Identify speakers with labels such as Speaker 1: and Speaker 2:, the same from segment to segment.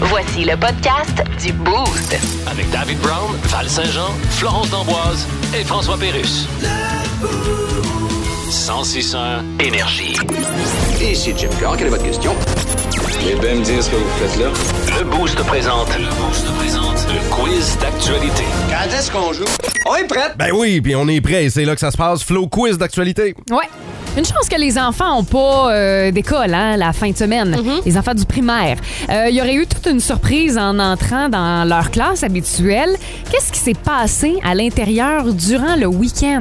Speaker 1: Voici le podcast du Boost.
Speaker 2: Avec David Brown, Val Saint-Jean, Florence D'Amboise et François Pérus. 1061 Énergie.
Speaker 3: Ici Jim Carr, quelle est votre question?
Speaker 4: Et bien me dire ce que vous faites là.
Speaker 2: Le Boost présente. Le Boost présente. Le quiz d'actualité.
Speaker 3: Quand est-ce qu'on joue? On est prêt?
Speaker 5: Ben oui, puis on est prêt. C'est là que ça se passe. Flow quiz d'actualité.
Speaker 6: Ouais. Une chance que les enfants ont pas euh, d'école hein, la fin de semaine, les enfants du primaire. Euh, Il y aurait eu toute une surprise en entrant dans leur classe habituelle. Qu'est-ce qui s'est passé à l'intérieur durant le week-end?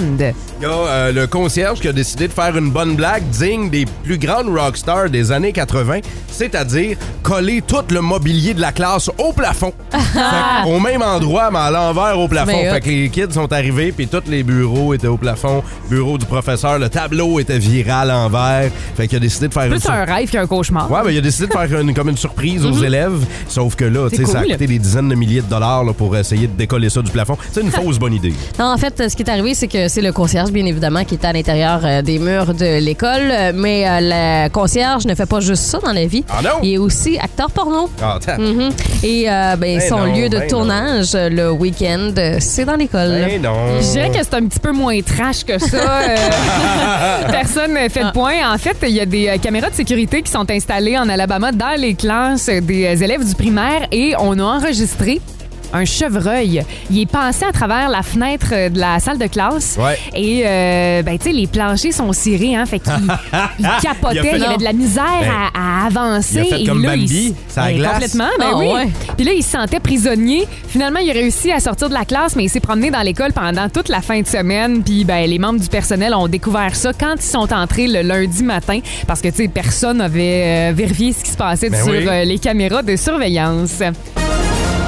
Speaker 5: Il y a euh, le concierge qui a décidé de faire une bonne blague digne des plus grandes rockstars des années 80, c'est-à-dire coller tout le mobilier de la classe au plafond. Fait que au même endroit, mais à l'envers au plafond.
Speaker 6: Mais, euh,
Speaker 5: Fait que les kids sont arrivés, puis tous les bureaux étaient au plafond. Bureau du professeur, le tableau était viral à l'envers. Fait qu'il a décidé de faire une
Speaker 6: Plus un rêve qu'un cauchemar.
Speaker 5: Ouais, ben, il a décidé de faire une, comme une surprise aux élèves. Sauf que là, tu sais, ça a
Speaker 6: Mhm. cool.
Speaker 5: coûté des dizaines de milliers de dollars là, pour essayer de décoller ça du plafond. C'est une fausse bonne idée.
Speaker 7: Non, en fait, ce qui est arrivé, c'est que c'est le concierge, bien évidemment, qui est à l'intérieur euh, des murs de l'école. euh, Mais euh, le concierge ne fait pas juste ça dans la vie.
Speaker 5: Ah non?
Speaker 7: Il est aussi acteur porno.
Speaker 5: Ah, t'as-
Speaker 7: Mhm. Et euh, ben,
Speaker 5: Ben
Speaker 7: son
Speaker 5: non,
Speaker 7: lieu de
Speaker 5: ben
Speaker 7: tournage euh, le week-end, euh, c'est dans l'école.
Speaker 5: Eh non.
Speaker 6: Je dirais que c'est un petit peu moins trash que ça. Euh, Personne ne
Speaker 7: Ah.
Speaker 6: fait de point. En fait, il y a des euh, caméras de sécurité qui sont installées en Alabama dans les classes des euh, élèves du primaire et on a enregistré un chevreuil. Il est passé à travers la fenêtre euh, de la salle de classe.
Speaker 5: Ouais.
Speaker 6: Et, euh, ben, tu sais, les planchers sont cirés, hein. Fait qu'il il capotait.
Speaker 5: Il
Speaker 6: Il,
Speaker 5: a fait- Ben,
Speaker 6: y avait de la misère à, à avancer.
Speaker 5: Il a fait
Speaker 6: et
Speaker 5: comme
Speaker 6: là, il s-
Speaker 5: Bambi, ça
Speaker 6: Ben,
Speaker 5: glace.
Speaker 6: Complètement, ben
Speaker 7: Ah,
Speaker 6: oui.
Speaker 7: ouais.
Speaker 6: Puis là, il se sentait prisonnier. Finalement, il a réussi à sortir de la classe, mais il s'est promené dans l'école pendant toute la fin de semaine. Puis ben, les membres du personnel ont découvert ça quand ils sont entrés le lundi matin parce que, tu sais, personne n'avait euh, vérifié ce qui se passait
Speaker 5: Ben
Speaker 6: sur
Speaker 5: oui.
Speaker 6: euh, les caméras de surveillance.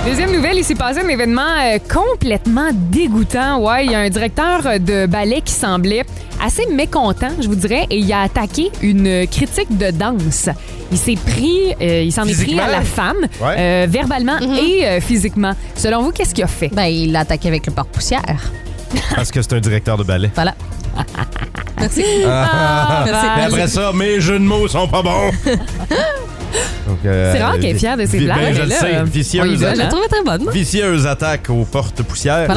Speaker 6: Deuxième nouvelle, il s'est passé un événement euh, complètement dégoûtant. Ouais, il y a un directeur de ballet qui semblait assez mécontent, je vous dirais, et il a attaqué une critique de danse. Il s'est pris, euh, il s'en est pris à
Speaker 5: Physiquement?
Speaker 6: la femme,
Speaker 5: Ouais.
Speaker 6: euh, verbalement et euh, physiquement. Selon vous, qu'est-ce qu'il a fait?
Speaker 7: Ben, il l'a attaqué avec le porte-poussière.
Speaker 5: Parce que c'est un directeur de ballet.
Speaker 7: Voilà. Merci. Merci.
Speaker 5: Mais Ah. après ça, mes jeux de mots sont pas bons. Donc, euh,
Speaker 6: C'est rare qu'il est fier de ses
Speaker 5: vi-
Speaker 6: blagues,
Speaker 5: Ben, je
Speaker 6: mais
Speaker 5: le
Speaker 6: là,
Speaker 5: sais,
Speaker 6: euh, on y
Speaker 5: vicieuse, hein.
Speaker 7: Je
Speaker 6: va,
Speaker 5: atta-
Speaker 7: la trouvais très bonne.
Speaker 5: vicieuse attaque aux portes-poussières.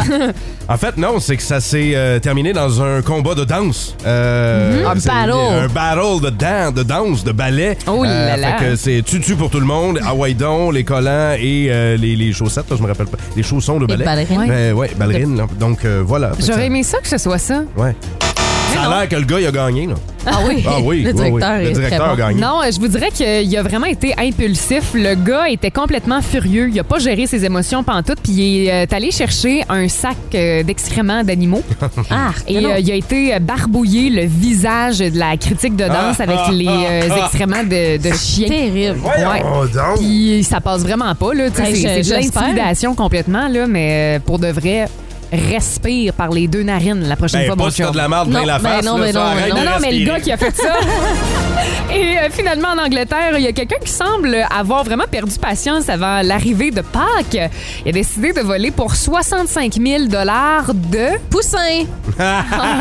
Speaker 5: en fait, non, c'est que ça s'est euh, terminé dans un combat de danse.
Speaker 6: Mm-hmm.
Speaker 5: Euh,
Speaker 7: Mhm. Un
Speaker 5: c'est-
Speaker 7: battle.
Speaker 5: Un battle de, dan- de danse, de ballet. Euh,
Speaker 6: Oh là là. Mm-hmm.
Speaker 5: Fait que c'est tutu pour tout le monde, Hawaii don, les collants et euh, les, les chaussettes, là, je me rappelle pas. Les chaussons de ballet.
Speaker 7: ballerines.
Speaker 5: Ben, ouais, ballerines. là. Donc, euh, voilà. Fait que ça-
Speaker 6: J'aurais aimé ça que ce soit ça.
Speaker 5: Ouais. Ça a l'air que le gars, il a gagné, là.
Speaker 7: Ah oui.
Speaker 5: Ah oui,
Speaker 7: le
Speaker 5: oui, oui.
Speaker 7: directeur
Speaker 5: Le
Speaker 7: est
Speaker 5: directeur
Speaker 7: très
Speaker 5: a
Speaker 7: bon.
Speaker 5: gagné.
Speaker 6: Non, euh, je vous dirais qu'il a vraiment été impulsif. Le gars était complètement furieux. Il a pas géré ses émotions pantoute, puis il est euh, allé chercher un sac euh, d'excréments d'animaux.
Speaker 7: Ah,
Speaker 6: Et
Speaker 7: non.
Speaker 6: euh, il a été barbouillé le visage de la critique de danse
Speaker 5: Ah,
Speaker 6: avec
Speaker 5: ah,
Speaker 6: les euh,
Speaker 5: ah,
Speaker 6: excréments de, de chiens.
Speaker 7: terrible.
Speaker 6: Ouais. Puis ça passe vraiment pas, là. Tu sais,
Speaker 7: Hey,
Speaker 6: c'est-
Speaker 7: je-
Speaker 6: c'est de
Speaker 7: j'espère.
Speaker 6: l'intimidation complètement, là, mais euh, pour de vrai, respire par les deux narines la prochaine
Speaker 5: Ben,
Speaker 6: fois,
Speaker 5: pas
Speaker 6: mon
Speaker 5: si t'as
Speaker 6: chum.
Speaker 5: de la merde plein
Speaker 7: Non,
Speaker 5: la
Speaker 7: ben
Speaker 5: face,
Speaker 7: non,
Speaker 5: là,
Speaker 7: ben
Speaker 5: ça,
Speaker 7: non, ben
Speaker 5: arrête
Speaker 6: Non,
Speaker 5: de
Speaker 6: non, mais le
Speaker 5: respirer.
Speaker 6: gars qui a fait ça. Et euh, finalement, en Angleterre, il y a quelqu'un qui semble avoir vraiment perdu patience avant l'arrivée de Pâques. Il a décidé de voler pour 65 000 de.
Speaker 7: Poussin.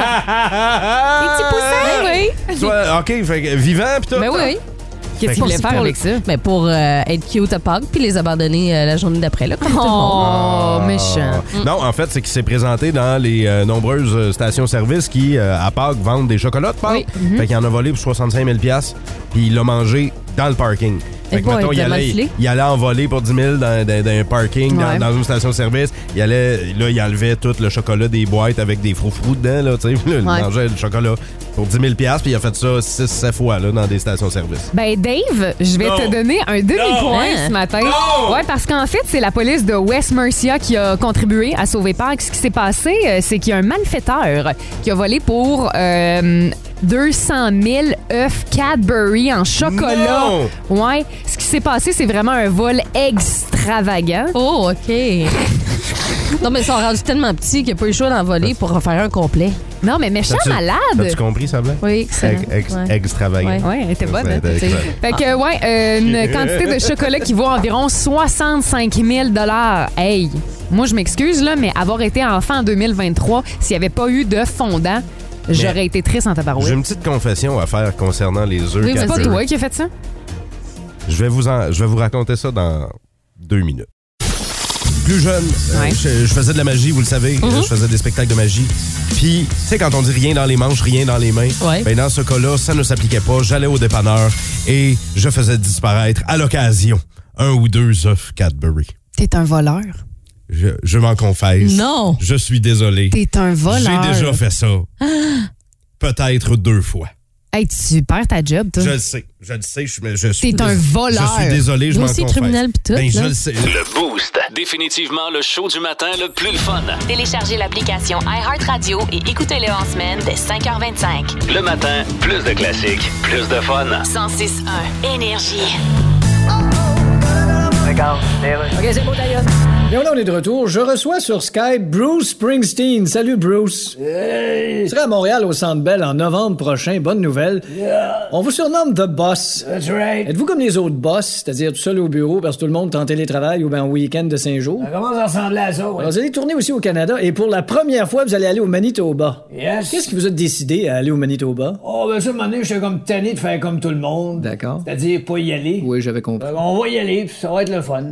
Speaker 6: Ah oui.
Speaker 5: Soit- OK, fait que vivant, pis tout.
Speaker 6: Ben oui, oui. Qu'est-ce qu'il voulait faire avec ça?
Speaker 7: Mais pour euh, être cute à Pâques puis les abandonner euh, la journée d'après, là, comme tout le monde.
Speaker 6: Oh,
Speaker 5: Ah.
Speaker 6: méchant.
Speaker 5: Non, en fait, c'est qu'il s'est présenté dans les euh, nombreuses euh, stations-service qui, euh, à Pâques, vendent des chocolats de Pâques.
Speaker 6: Oui. Mm-hmm.
Speaker 5: Fait qu'il en a volé pour 65 000 puis il l'a mangé dans le parking. Fait
Speaker 6: Eh
Speaker 7: Et
Speaker 5: que,
Speaker 7: quoi,
Speaker 5: mettons,
Speaker 7: il
Speaker 5: il
Speaker 7: était mal
Speaker 5: allait,
Speaker 7: filé?
Speaker 5: il allait en voler pour 10 000 dans, dans- dans un parking, dans-
Speaker 6: Ouais.
Speaker 5: dans, une station-service. Il allait, là, il enlevait tout le chocolat des boîtes avec des froufrous dedans, là, tu sais. Il mangeait le chocolat pour 10 000 puis il a fait ça 6-7 fois, là, dans des stations-service.
Speaker 6: Ben Dave, je vais
Speaker 5: Non.
Speaker 6: te donner un demi-point
Speaker 7: Non.
Speaker 6: ce matin.
Speaker 5: Non.
Speaker 6: Ouais, parce qu'en fait, c'est la police de West Mercia qui a contribué à sauver Pâques. Ce qui s'est passé, euh, c'est qu'il y a un malfaiteur qui a volé pour euh, 200 000 œufs Cadbury en chocolat. Ouais, ce qui s'est passé, c'est vraiment un vol extravagant.
Speaker 7: Oh, OK. non, mais ils sont rendus tellement petits qu'il n'y a pas eu le choix d'en voler pour en faire un complet.
Speaker 6: Non, mais méchant
Speaker 5: T'as-tu-
Speaker 6: malade.
Speaker 5: T'as-tu compris, ça, Blanc?
Speaker 7: Oui, excellent.
Speaker 5: Ex- ex-
Speaker 7: Ouais.
Speaker 5: Extravagant.
Speaker 7: Ouais.
Speaker 6: Ouais, elle était bonne. hein?
Speaker 5: Ça,
Speaker 7: tu sais.
Speaker 5: exact.
Speaker 6: Fait que, ouais, euh, une quantité de chocolat qui vaut environ 65 000 Hey! Moi, je m'excuse, là, mais avoir été enfant en 2023, s'il n'y avait pas eu de fondant, j'aurais été triste en
Speaker 5: J'ai
Speaker 6: tabarouette.
Speaker 5: une petite confession à faire concernant les œufs.
Speaker 7: Oui,
Speaker 6: C'est
Speaker 5: Cadbury.
Speaker 6: pas toi qui as fait ça?
Speaker 5: Je vais vous en- je vais vous raconter ça dans deux minutes. Plus jeune, euh,
Speaker 6: Ouais.
Speaker 5: je, je faisais de la magie, vous le savez.
Speaker 7: Mm-hmm.
Speaker 5: Euh, Je faisais des spectacles de magie. Puis, tu sais, quand on dit rien dans les manches, rien dans les mains,
Speaker 7: Ouais.
Speaker 5: ben, dans ce cas-là, ça ne s'appliquait pas. J'allais au dépanneur et je faisais disparaître à l'occasion un ou deux œufs Cadbury.
Speaker 6: T'es un voleur.
Speaker 5: Je, je m'en confesse.
Speaker 7: Non.
Speaker 5: Je suis désolé.
Speaker 6: T'es un voleur.
Speaker 5: J'ai déjà fait ça. Peut-être deux fois.
Speaker 6: Hey, tu perds ta job, toi.
Speaker 5: Je le sais, je le sais, je, me- je suis.
Speaker 6: T'es un voleur.
Speaker 5: Je suis désolé, je
Speaker 7: Lui
Speaker 5: m'en
Speaker 7: aussi,
Speaker 5: confesse.
Speaker 7: criminel pis tout,
Speaker 5: Ben, je
Speaker 7: là.
Speaker 5: le sais.
Speaker 2: Le Boost. Définitivement le show du matin le plus le fun.
Speaker 1: Téléchargez l'application iHeartRadio et écoutez-le en semaine dès 5h25.
Speaker 2: Le matin, plus de classiques, plus de fun.
Speaker 1: 106.1 Énergie.
Speaker 8: Bien, là, on est de retour. Je reçois sur Skype Bruce Springsteen. Salut, Bruce. Tu seras à Montréal au Centre Bell en novembre prochain. Bonne nouvelle. On vous surnomme The Boss. Êtes-vous comme les autres boss, c'est-à-dire tout seul au bureau parce que tout le monde est en télétravail ou bien au week-end de cinq jours?
Speaker 9: Ah
Speaker 8: Ça commence à ressembler à ça, Vous allez tourner aussi au Canada et pour la première fois, vous allez aller au Manitoba. Qu'est-ce qui vous a décidé à aller au Manitoba?
Speaker 9: Oh, ben ça, à un moment donné, j'étais comme tanné de faire comme tout le monde.
Speaker 8: D'accord.
Speaker 9: C'est-à-dire pas y aller.
Speaker 8: Oui, j'avais compris.
Speaker 9: Fait qu'on va y aller, puis ça va être le fun.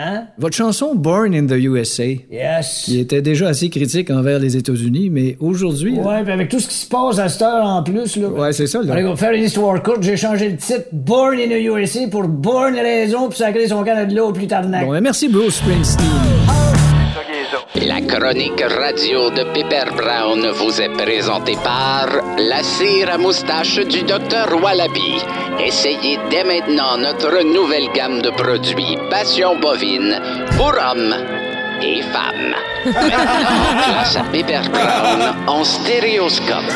Speaker 9: Hein?
Speaker 8: Votre chanson Born in the USA,
Speaker 9: Yes.
Speaker 8: qui était déjà assez critique envers les États-Unis, mais aujourd'hui... là,
Speaker 9: Ouais, puis avec tout ce qui se passe à cette heure en plus, là.
Speaker 8: Ouais, c'est ça, là.
Speaker 9: Allez, on va faire une histoire courte. J'ai changé le titre Born in the USA pour Born raison, puis ça a créé son Canada là au plus tard.
Speaker 8: Bon, ben, merci Bruce Springsteen.
Speaker 10: La chronique radio de Piper Brown vous est présentée par la cire à moustache du Dr Wallaby. Essayez dès maintenant notre nouvelle gamme de produits Passion bovine pour hommes et femmes. Maintenant, place à Piper Brown en stéréoscope.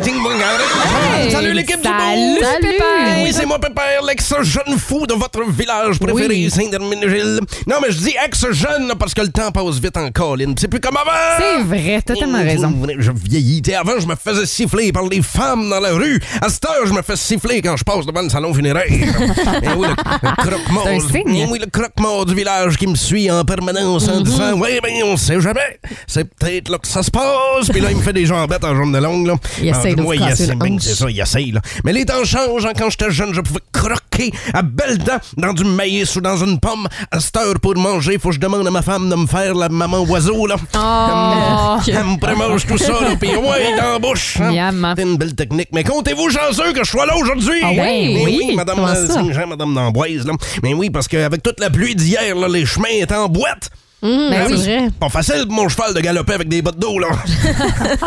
Speaker 6: Hey,
Speaker 5: Salut l'équipe du
Speaker 6: salut,
Speaker 5: Boost.
Speaker 6: Pépère.
Speaker 5: Oui, c'est moi, Pépère, l'ex-jeune fou de votre village préféré,
Speaker 6: Oui.
Speaker 5: Saint-Herminegil. Non, mais je dis ex-jeune parce que le temps passe vite en colline. C'est plus comme avant.
Speaker 6: C'est vrai, t'as tellement
Speaker 5: Mmh,
Speaker 6: raison.
Speaker 5: Je vieillis. T'sais, avant, je me faisais siffler par les femmes dans la rue. À cette heure, je me fais siffler quand je passe devant le salon funéraire. Eh oui, le, le croque-mort.
Speaker 6: C'est un signe.
Speaker 5: Eh oui, le croque-mort du village qui me suit en permanence en disant Oui, ben, on sait jamais. C'est peut-être là que ça se passe. Puis là, il me fait des jambettes en jambe de longue. Là.
Speaker 7: Il
Speaker 5: Ah,
Speaker 7: essaie de vous
Speaker 5: ouais,
Speaker 7: casser
Speaker 5: il essaie,
Speaker 7: une
Speaker 5: ben,
Speaker 7: hanche.
Speaker 5: C'est ça, il essaie. Là. Mais les temps changent. hein. Quand j'étais jeune, je pouvais croquer à belles dents dans du maïs ou dans une pomme. À cette heure, pour manger, faut que je demande à ma femme de me faire la maman oiseau. Là. euh,
Speaker 6: Oh.
Speaker 5: Elle me prémange tout ça, là, puis ouais, dans la bouche. hein.
Speaker 6: Miam.
Speaker 5: C'est une belle technique. Mais comptez-vous chanceux que je sois là aujourd'hui.
Speaker 6: Ah ouais,
Speaker 5: Mais
Speaker 6: oui,
Speaker 5: oui, Madame
Speaker 6: comment
Speaker 5: euh,
Speaker 6: ça?
Speaker 5: Saint-Jean, Madame D'Amboise. là. Mais oui, parce qu'avec toute la pluie d'hier, là, les chemins étaient en boîte.
Speaker 7: Ben
Speaker 6: Hmm,
Speaker 5: Hein,
Speaker 7: oui.
Speaker 5: c'est
Speaker 7: vrai.
Speaker 5: Pas facile pour mon cheval de galoper avec des bottes d'eau, là.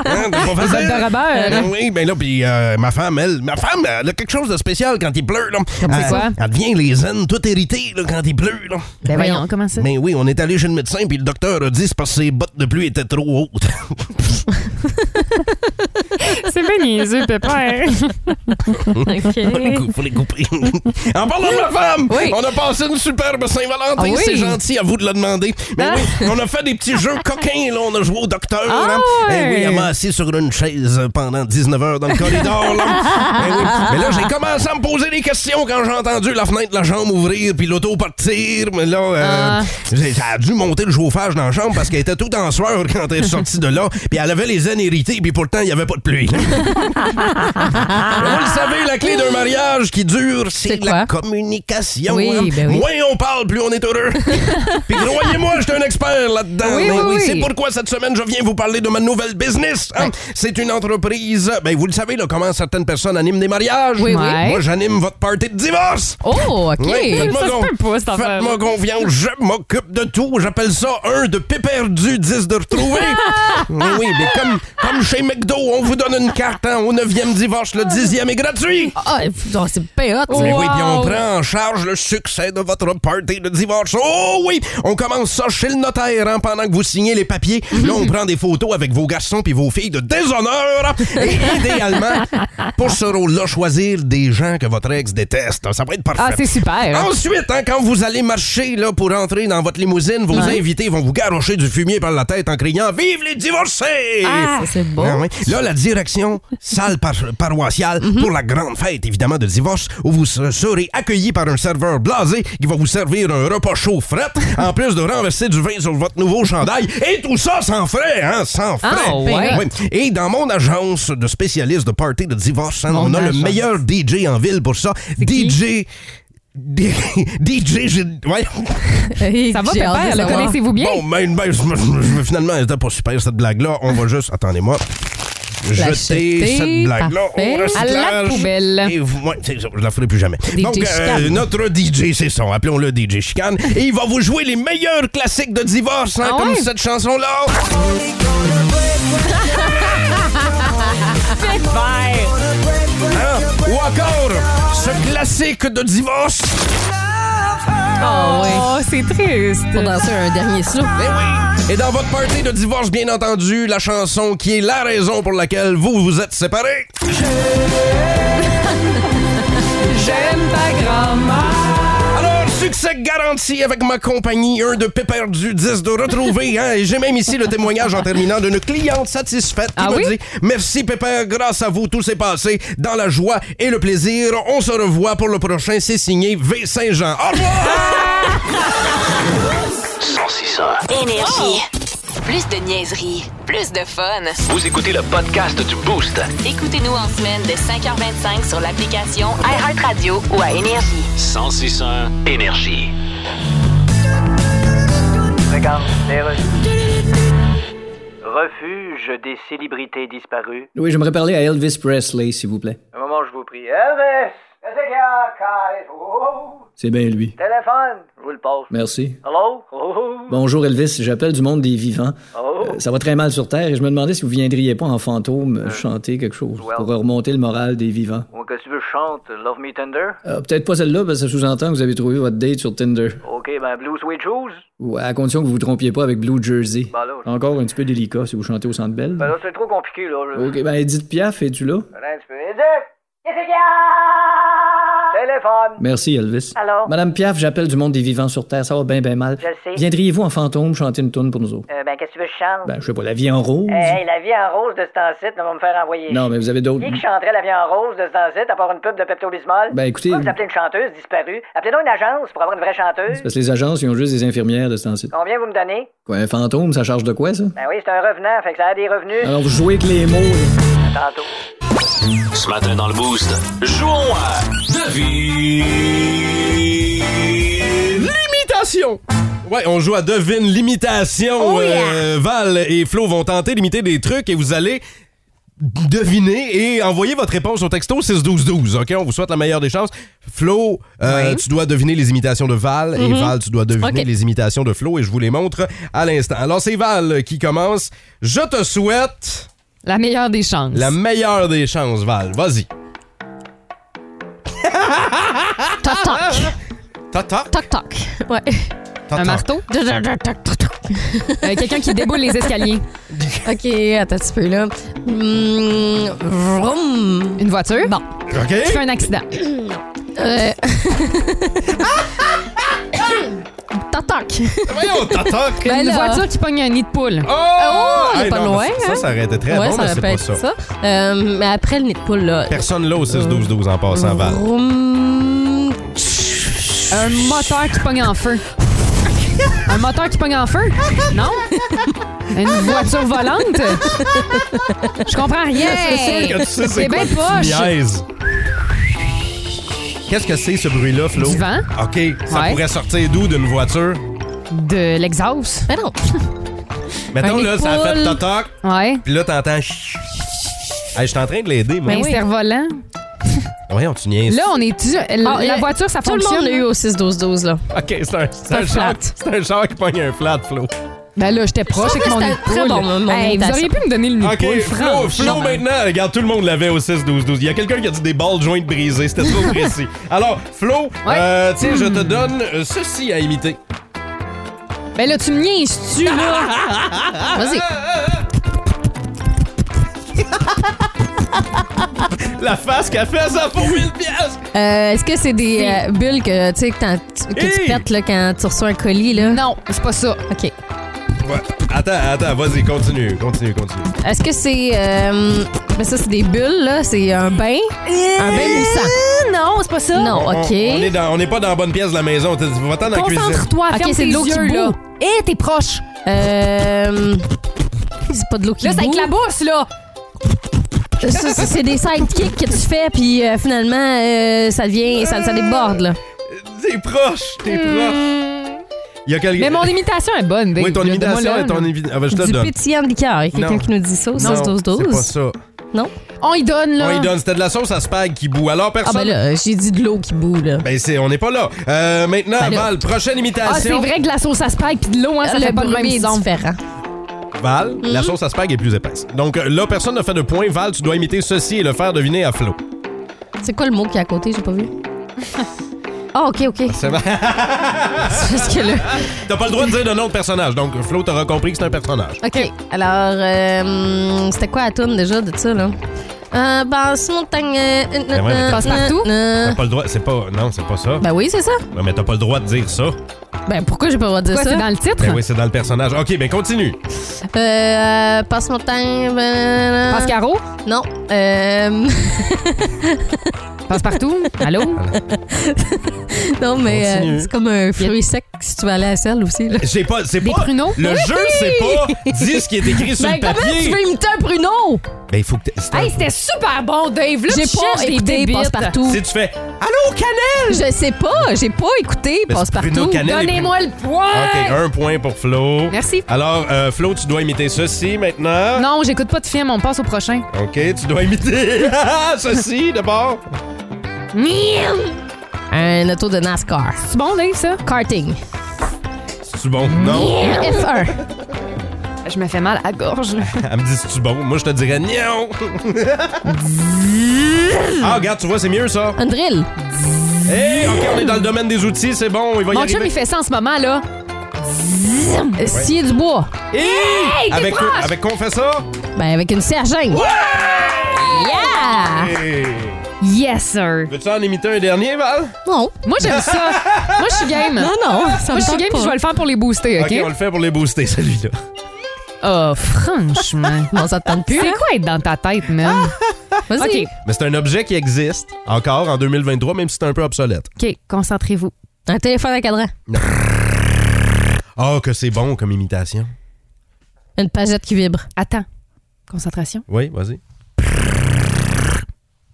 Speaker 5: Hein, c'est pas facile.
Speaker 6: bottes de rubber.
Speaker 5: Ben oui, ben là, puis euh, ma femme, elle, ma femme, elle a quelque chose de spécial quand il pleut, là. elle,
Speaker 6: quoi?
Speaker 5: Elle devient les aines toute héritée, là, quand il pleut, là.
Speaker 6: Ben voyons, comment ça?
Speaker 5: Mais oui, on est allé chez le médecin, puis le docteur a dit c'est parce que ses bottes de pluie étaient trop hautes.
Speaker 6: C'est bien niaiseux, Pépère.
Speaker 5: Faut les couper, faut les couper. en parlant de la femme,
Speaker 6: Oui.
Speaker 5: on a passé une superbe Saint-Valentin.
Speaker 6: Ah oui.
Speaker 5: C'est gentil à vous de le demander. Mais
Speaker 6: Ah.
Speaker 5: oui, on a fait des petits jeux coquins. Là. On a joué au docteur.
Speaker 6: Ah
Speaker 5: hein.
Speaker 6: ouais.
Speaker 5: Eh oui, elle m'a assis sur une chaise pendant 19 heures dans le corridor. Là. Eh oui. Mais là, j'ai commencé à me poser des questions quand j'ai entendu la fenêtre de la chambre ouvrir puis l'auto partir. Mais là, euh,
Speaker 6: Ah.
Speaker 5: j'ai- ça a dû monter le chauffage dans la chambre parce qu'elle était toute en sueur quand elle est sortie de là. Puis elle avait les aines héritées, puis pourtant, il n'y avait pas de pluie. Vous le savez, la clé d'un mariage qui dure, c'est
Speaker 7: Ah! C'est
Speaker 5: la
Speaker 7: quoi?
Speaker 5: communication.
Speaker 7: Oui,
Speaker 5: hein.
Speaker 7: ben oui.
Speaker 5: Moins on parle, plus on est heureux. Puis croyez-moi, je suis un expert là-dedans.
Speaker 6: Oui,
Speaker 5: Mais
Speaker 6: oui, oui.
Speaker 5: C'est pourquoi cette semaine, je viens vous parler de ma nouvelle business. hein. C'est une entreprise, ben vous le savez, là, comment certaines personnes animent des mariages.
Speaker 7: Oui, oui.
Speaker 6: Ouais.
Speaker 5: Moi, j'anime votre party de divorce.
Speaker 7: Oh, OK.
Speaker 5: Oui, faites-moi
Speaker 6: Ça se
Speaker 5: con-
Speaker 6: peut pas, cette affaire.
Speaker 5: Faites-moi confiance, je m'occupe de tout. J'appelle ça un de péperdu, 10 de retrouvé. oui, oui, mais comme, comme chez McDo, on vous donne une carte hein, au 9e divorce, le 10e est gratuit.
Speaker 7: Ah, pff, oh, c'est bien hot.
Speaker 5: Mais oui,
Speaker 6: Wow.
Speaker 5: puis on prend en charge le succès de votre party de divorce. Oh oui, on commence ça chez le notaire hein, pendant que vous signez les papiers.
Speaker 6: Mhm.
Speaker 5: Là, on prend des photos avec vos garçons puis vos filles de déshonneur. Et idéalement, pour ce rôle-là, choisir des gens que votre ex déteste. Ça va être parfait.
Speaker 6: Ah, c'est super.
Speaker 5: Ensuite, hein, quand vous allez marcher là, pour entrer dans votre limousine, vos invités vont vous garrocher du fumier par la tête en criant Vive les divorcés!
Speaker 7: Ah, ça, c'est bon.
Speaker 5: Ah oui. Là, la direction, salle par- paroissiale,
Speaker 6: Mhm.
Speaker 5: pour la grande fête, évidemment, de divorce, où vous se- serez accueillis par un serveur blasé qui va vous servir un repas chaud fret, en plus de renverser du vin sur votre nouveau chandail. Et tout ça sans frais, hein, sans frais.
Speaker 6: Ah, ouais.
Speaker 5: Oui. Et dans mon agence de spécialiste de party de divorce, hein,
Speaker 6: Mon
Speaker 5: on a le
Speaker 6: agence.
Speaker 5: meilleur DJ en ville pour ça. DJ DJ, j'ai. Ouais.
Speaker 6: Ça va, Pépère? Le connaissez-vous bien?
Speaker 5: Bon, ben, ben, je me- je me- finalement, elle était pas super, cette blague-là. On va juste. Attendez-moi. Jeter
Speaker 6: jeter,
Speaker 5: cette blague-là
Speaker 6: parfait.
Speaker 5: au recyclage.
Speaker 6: À la poubelle.
Speaker 5: Et vous- ouais, c'est ça, je la ferai plus jamais.
Speaker 6: DJ
Speaker 5: Donc, euh,
Speaker 6: Chicane.
Speaker 5: notre DJ, c'est son. Appelons-le DJ Chicane. Et il va vous jouer les meilleurs classiques de divorce, hein,
Speaker 6: Ah
Speaker 5: comme
Speaker 6: ouais?
Speaker 5: cette chanson-là. Hein? Ou encore, ce classique de divorce. ben,
Speaker 7: Ah oui.
Speaker 6: Oh, c'est triste.
Speaker 7: Pour danser un dernier slow.
Speaker 5: Eh oui. Et dans votre party de divorce, bien entendu, la chanson qui est la raison pour laquelle vous vous êtes séparés.
Speaker 6: J'aime ta grand-mère.
Speaker 5: Alors, succès garanti avec ma compagnie, un de pépère du 10 de retrouver. Hein, et j'ai même ici le témoignage en terminant d'une cliente satisfaite qui
Speaker 6: Ah
Speaker 5: me
Speaker 6: oui?
Speaker 5: dit Merci pépère, grâce à vous, tout s'est passé dans la joie et le plaisir. On se revoit pour le prochain, c'est signé V. Saint-Jean. Au revoir!
Speaker 2: 106
Speaker 1: Énergie. Plus de niaiserie, plus de fun.
Speaker 2: Vous écoutez le podcast du Boost.
Speaker 1: Écoutez-nous en semaine de 5h25 sur l'application iHeartRadio ou à Énergie.
Speaker 2: 106 Énergie.
Speaker 11: Refuge des célébrités disparues.
Speaker 8: Oui, j'aimerais parler à Elvis Presley, s'il vous plaît.
Speaker 11: Un moment, je vous prie. Elvis! Qu'est-ce qu'il y a, Kyle? Oh!
Speaker 8: C'est bien lui.
Speaker 11: Téléphone! Je vous le passe.
Speaker 8: Merci.
Speaker 11: Hello? Oh!
Speaker 8: Bonjour Elvis, j'appelle du monde des vivants.
Speaker 11: Oh!
Speaker 8: Euh, Ça va très mal sur Terre et je me demandais si vous viendriez pas en fantôme
Speaker 11: Hein.
Speaker 8: euh, chanter quelque chose pour remonter le moral des vivants.
Speaker 11: Ou que tu veux, je chante Love Me Tender?
Speaker 8: Euh, Peut-être pas celle-là, parce que ça sous-entend que vous avez trouvé votre date sur Tinder.
Speaker 11: Ok, ben Blue Sweet Shoes?
Speaker 8: Ou à condition que vous vous trompiez pas avec Blue Jersey.
Speaker 11: Ben là, je-
Speaker 8: Encore un petit peu délicat si vous chantez au Centre Bell.
Speaker 11: Ben là, c'est trop compliqué, là. Je... Euh.
Speaker 8: Ok, ben Edith Piaf, es-tu là?
Speaker 11: Attends un petit peu. Edith! Qu'est-ce qu'il y a? Téléphone!
Speaker 8: Merci Elvis.
Speaker 11: Allô?
Speaker 8: Madame Piaf, j'appelle du monde des vivants sur Terre, ça va bien bien mal.
Speaker 11: Je le sais.
Speaker 8: Viendriez-vous en fantôme chanter une tourne pour nous autres?
Speaker 11: Euh, ben, qu'est-ce que tu veux, que je chante?
Speaker 8: Ben je sais pas, la vie en rose?
Speaker 11: Hey, hey, la vie en rose de ce temps-ci, on va me faire envoyer.
Speaker 8: Non, mais vous avez d'autres...
Speaker 11: Qui qui chanterait la vie en rose de ce temps-ci, à part une pub de Pepto-Bismol?
Speaker 8: Ben, écoutez-
Speaker 11: Pourquoi Vous appelez une chanteuse disparue. Appelez donc une agence pour avoir une vraie chanteuse.
Speaker 8: Parce que les agences, ils ont juste des infirmières de ce temps-ci.
Speaker 11: Combien vous me donnez?
Speaker 8: Quoi, un fantôme, ça charge de quoi, ça?
Speaker 11: Ben oui, c'est un revenant, fait que ça a des revenus.
Speaker 8: Alors, vous jouez avec les mots. là.
Speaker 11: Tantôt.
Speaker 2: Ce matin dans le Boost, jouons à Devine.
Speaker 5: L'imitation! Ouais, on joue à devine
Speaker 6: Oh
Speaker 5: l'imitation. Euh, Val et Flo vont tenter d'imiter des trucs et vous allez deviner et envoyer votre réponse au texto 61212. OK, on vous souhaite la meilleure des chances. Flo, euh, tu dois deviner les imitations de Val
Speaker 6: Mm-hmm.
Speaker 5: et Val, tu dois deviner
Speaker 7: OK.
Speaker 5: les imitations de Flo et je vous les montre à l'instant. Alors, c'est Val qui commence. Je te souhaite
Speaker 6: La meilleure des chances.
Speaker 5: la meilleure des chances, Val. Vas-y.
Speaker 7: Toc, toc.
Speaker 5: Tata.
Speaker 7: Toc, toc. Ouais.
Speaker 6: Un marteau. Euh, Quelqu'un qui déboule les escaliers.
Speaker 7: OK, attends un petit peu, là. Hmm, vroom.
Speaker 6: Une voiture. Bon.
Speaker 5: OK.
Speaker 6: Tu fais un accident.
Speaker 7: Euh. toc, toc.
Speaker 5: Voyons, tata.
Speaker 7: Ben
Speaker 6: une
Speaker 7: là.
Speaker 6: voiture qui pogne un nid de poule.
Speaker 5: Oh!
Speaker 7: on est
Speaker 5: Hey,
Speaker 7: pas
Speaker 5: non,
Speaker 7: loin,
Speaker 5: Ça,
Speaker 7: hein?
Speaker 5: ça aurait été très
Speaker 7: ouais,
Speaker 5: bon, mais
Speaker 7: ça aurait
Speaker 5: c'est
Speaker 7: pu
Speaker 5: pas
Speaker 7: être
Speaker 5: ça.
Speaker 7: ça. Euh, mais après le nid de poule, là.
Speaker 5: Personne là au 6-12-12 en passant, Val.
Speaker 7: Vroom.
Speaker 6: Un moteur qui pogne en feu. Un moteur qui pogne en feu? Non? Une voiture volante? Je comprends rien à ce
Speaker 5: Que
Speaker 6: que
Speaker 5: tu sais,
Speaker 6: c'est. C'est
Speaker 5: quoi
Speaker 6: bien
Speaker 5: que tu
Speaker 6: poche.
Speaker 5: niaises? Qu'est-ce que c'est ce bruit-là, Flo?
Speaker 6: Du vent.
Speaker 5: OK, ça
Speaker 6: Ouais.
Speaker 5: pourrait sortir d'où d'une voiture?
Speaker 6: De l'exhaust.
Speaker 7: Ben non.
Speaker 5: Mettons,
Speaker 7: Un
Speaker 5: là, ça a fait
Speaker 7: épaule.
Speaker 5: totoc,
Speaker 6: Ouais.
Speaker 5: puis là, t'entends. chut. Hey, je suis en train de l'aider, moi.
Speaker 7: Ben
Speaker 6: Un cerf-volant.
Speaker 5: Voyons, tu niaises.
Speaker 6: Là, on est
Speaker 7: Ah,
Speaker 6: la
Speaker 7: le-
Speaker 6: voiture, ça
Speaker 7: Tout le
Speaker 6: fonctionne.
Speaker 7: monde l'a eu au 6-12-12, là.
Speaker 5: OK, c'est un, c'est un
Speaker 7: un
Speaker 5: char.
Speaker 7: flat.
Speaker 5: C'est un char qui pogne un flat, Flo.
Speaker 6: Ben là, j'étais proche
Speaker 7: Je
Speaker 6: avec mon
Speaker 7: trouve que
Speaker 6: nid de
Speaker 7: c'était très
Speaker 6: poule.
Speaker 7: bon, mon- mon
Speaker 6: Hey, vous
Speaker 7: imitation.
Speaker 6: auriez pu me donner le nid de
Speaker 5: Ah, OK,
Speaker 6: poule,
Speaker 5: Flo, ben- Flo
Speaker 6: franchement.
Speaker 5: maintenant, regarde, tout le monde l'avait au 6-12-12. Il y a quelqu'un qui a dit des balles jointes brisées, c'était trop précis. Alors, Flo,
Speaker 6: Ouais.
Speaker 5: euh, tiens, je te donne euh, ceci à imiter.
Speaker 6: Ben là, tu me niaises-tu, là?
Speaker 7: Vas-y.
Speaker 5: La face qu'elle fait, ça pour 1000 piastres!
Speaker 7: Euh, Est-ce que c'est des euh, bulles que, tu sais, que, t'en- que
Speaker 5: Hey!
Speaker 7: tu pètes là, quand tu reçois un colis? Là?
Speaker 6: Non, c'est pas ça.
Speaker 7: OK.
Speaker 5: Ouais. Attends, attends, vas-y, continue, continue, continue.
Speaker 7: Est-ce que c'est. euh, ben ça, c'est des bulles, là. C'est un bain. Un bain moussant.
Speaker 6: Non, c'est pas ça.
Speaker 7: Eh, Non,
Speaker 5: On-
Speaker 7: OK.
Speaker 5: On n'est on n'est pas dans la bonne pièce de la maison. T'as dit, Va-t'en dans la cuisine.
Speaker 6: Concentre-toi,
Speaker 7: Ok,
Speaker 6: ferme
Speaker 7: c'est
Speaker 6: tes
Speaker 7: de l'eau qui
Speaker 6: yeux,
Speaker 7: bout.
Speaker 6: là. Et t'es proche.
Speaker 7: Eh, Euh, c'est pas de l'eau qui
Speaker 6: Là, c'est
Speaker 7: bout.
Speaker 6: avec la bourse, là.
Speaker 7: Ça, c'est- C'est des sidekicks que tu fais, puis euh, finalement, euh, ça devient. Ça, ça déborde, là.
Speaker 5: T'es proche, t'es proche. Il y a quelqu'un.
Speaker 6: Hmm. Mais mon imitation est bonne, Dave.
Speaker 5: Oui, ton
Speaker 6: Donne-moi
Speaker 5: imitation
Speaker 6: le,
Speaker 5: est ton
Speaker 6: là.
Speaker 5: imitation. Ah, ben, je te le
Speaker 7: du
Speaker 5: donne.
Speaker 7: pétillant de liqueur. Il y a
Speaker 5: Non.
Speaker 7: quelqu'un qui nous dit ça au
Speaker 5: Non,
Speaker 7: 6-12-12.
Speaker 5: C'est pas ça.
Speaker 7: Non?
Speaker 6: On y donne,
Speaker 5: On y donne. C'était de la sauce à spag qui boue. Alors,
Speaker 7: Ah,
Speaker 5: personne.
Speaker 7: ben là, j'ai dit de l'eau qui boue, là.
Speaker 5: Ben, c'est, on n'est pas là. Euh, maintenant,
Speaker 7: Ben là.
Speaker 5: Val, prochaine imitation.
Speaker 6: Ah, c'est vrai que la sauce à spag puis de l'eau, hein, ça
Speaker 7: Le
Speaker 6: fait pas le même
Speaker 7: bruit est
Speaker 6: son.
Speaker 7: différent.
Speaker 5: Val, la
Speaker 7: Mhm.
Speaker 5: sauce à spag est plus épaisse. Donc euh, là, personne n'a fait de point. Val, tu dois imiter ceci et le faire deviner à Flo.
Speaker 7: C'est quoi le mot qui est à côté? J'ai pas vu. Ah, OK, OK.
Speaker 5: C'est vrai.
Speaker 7: C'est juste que là...
Speaker 5: T'as pas le droit de dire de nom de personnage. Donc, Flo, t'auras compris que c'est un personnage.
Speaker 7: OK. Alors, euh, c'était quoi la tourne déjà de ça, là? Euh, basse montagne. euh, euh,
Speaker 5: Ben ouais, mais
Speaker 7: euh,
Speaker 5: t'as-
Speaker 6: Passe-partout?
Speaker 7: euh,
Speaker 5: T'as pas le droit. C'est pas. Non, c'est pas ça.
Speaker 7: Ben oui, c'est ça.
Speaker 5: Ouais, mais t'as pas le droit de dire ça.
Speaker 7: Ben pourquoi j'ai pas le droit de dire
Speaker 6: Quoi, c'est
Speaker 7: ça?
Speaker 6: dans le titre?
Speaker 5: Ben oui, c'est dans le personnage. OK, ben continue.
Speaker 7: Euh, passe montagne. ben,
Speaker 6: Passe carreau?
Speaker 7: Non. Euh,
Speaker 6: Passe partout? Allô?
Speaker 7: non, mais euh,
Speaker 5: Continue.
Speaker 7: c'est comme un fruit sec si tu veux aller à la selle aussi, là.
Speaker 5: C'est pas. C'est
Speaker 6: Des
Speaker 5: pas.
Speaker 6: pruneaux?
Speaker 5: Le
Speaker 6: Oui!
Speaker 5: jeu, c'est pas. Dis ce qui est écrit sur
Speaker 7: Ben
Speaker 5: le
Speaker 7: comment tu
Speaker 5: papier.
Speaker 7: veux imiter un pruneau?
Speaker 5: Ben, il faut que. t'a- c'est un-
Speaker 6: Hey, c'était super bon, Dave. Là,
Speaker 7: J'ai
Speaker 6: tu
Speaker 7: pas
Speaker 6: cherches des
Speaker 7: écouté
Speaker 6: débites.
Speaker 7: Passe-Partout.
Speaker 5: Si tu fais. Allô, Canel!
Speaker 7: Je sais pas, j'ai pas écouté
Speaker 5: Ben, c'est Bruno
Speaker 7: Passe-Partout.
Speaker 5: Canel.
Speaker 6: Donnez-moi le point!
Speaker 5: OK, un point pour Flo.
Speaker 6: Merci.
Speaker 5: Alors, euh, Flo, tu dois imiter ceci maintenant.
Speaker 6: Non, j'écoute pas de film, on passe au prochain.
Speaker 5: OK, tu dois imiter ceci d'abord.
Speaker 7: Un auto de NASCAR.
Speaker 6: C'est bon, Dave, ça?
Speaker 7: Karting.
Speaker 5: C'est-tu bon? Non.
Speaker 7: F1.
Speaker 6: Je me fais mal à la gorge.
Speaker 5: Elle me dit c'est-tu bon? Moi, je te dirais non. ah, regarde, tu vois, c'est mieux ça.
Speaker 7: Un drill.
Speaker 5: Hey, OK, on est dans le domaine des outils, c'est bon, il va y
Speaker 6: Mon chum,
Speaker 5: arriver.
Speaker 6: il fait ça en ce moment, là.
Speaker 7: Euh, Scier du bois.
Speaker 5: Hey!
Speaker 6: t'es
Speaker 5: avec,
Speaker 6: proche!
Speaker 5: avec quoi on fait ça?
Speaker 7: Ben avec une sergente.
Speaker 6: Ah.
Speaker 7: Yeah!
Speaker 5: Hey!
Speaker 6: Yes, sir.
Speaker 5: Veux-tu en imiter un dernier, Val?
Speaker 7: Non.
Speaker 6: Moi, j'aime ça. Moi, je suis game.
Speaker 7: Non, non. Ça
Speaker 6: Moi,
Speaker 7: me
Speaker 6: je suis
Speaker 7: tente
Speaker 6: game,
Speaker 7: pas.
Speaker 6: puis je vais le faire pour les booster, OK?
Speaker 5: on le fait pour les booster, celui-là.
Speaker 6: Oh, franchement.
Speaker 7: Non, ça te tente plus.
Speaker 6: C'est
Speaker 7: hein? Ah,
Speaker 6: quoi être dans ta tête, man?
Speaker 7: Vas-y.
Speaker 6: OK,
Speaker 5: Mais c'est un objet qui existe encore en 2023, même si c'est un peu obsolète.
Speaker 6: OK, concentrez-vous.
Speaker 7: Un téléphone à cadran.
Speaker 5: Ah, que c'est bon comme imitation.
Speaker 7: Une pagette qui vibre.
Speaker 6: Attends. Concentration.
Speaker 5: Oui, vas-y.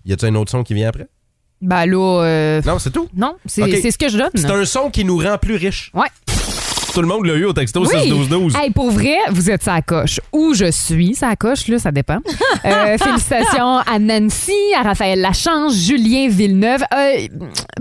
Speaker 5: Y a-tu un autre son qui vient après?
Speaker 6: Ben là, euh,
Speaker 5: Non, c'est tout.
Speaker 6: non, c'est
Speaker 5: OK.
Speaker 6: c'est ce que je
Speaker 5: C'est
Speaker 6: donne.
Speaker 5: un son qui nous rend plus riches.
Speaker 6: Ouais.
Speaker 5: Tout le monde l'a eu au texto
Speaker 6: Oui.
Speaker 5: 6-12-12.
Speaker 6: Hey, pour vrai, vous êtes sa coche. Ou je suis sa coche, là, ça dépend. Euh, félicitations à Nancy, à Raphaël Lachance, Julien Villeneuve. Euh,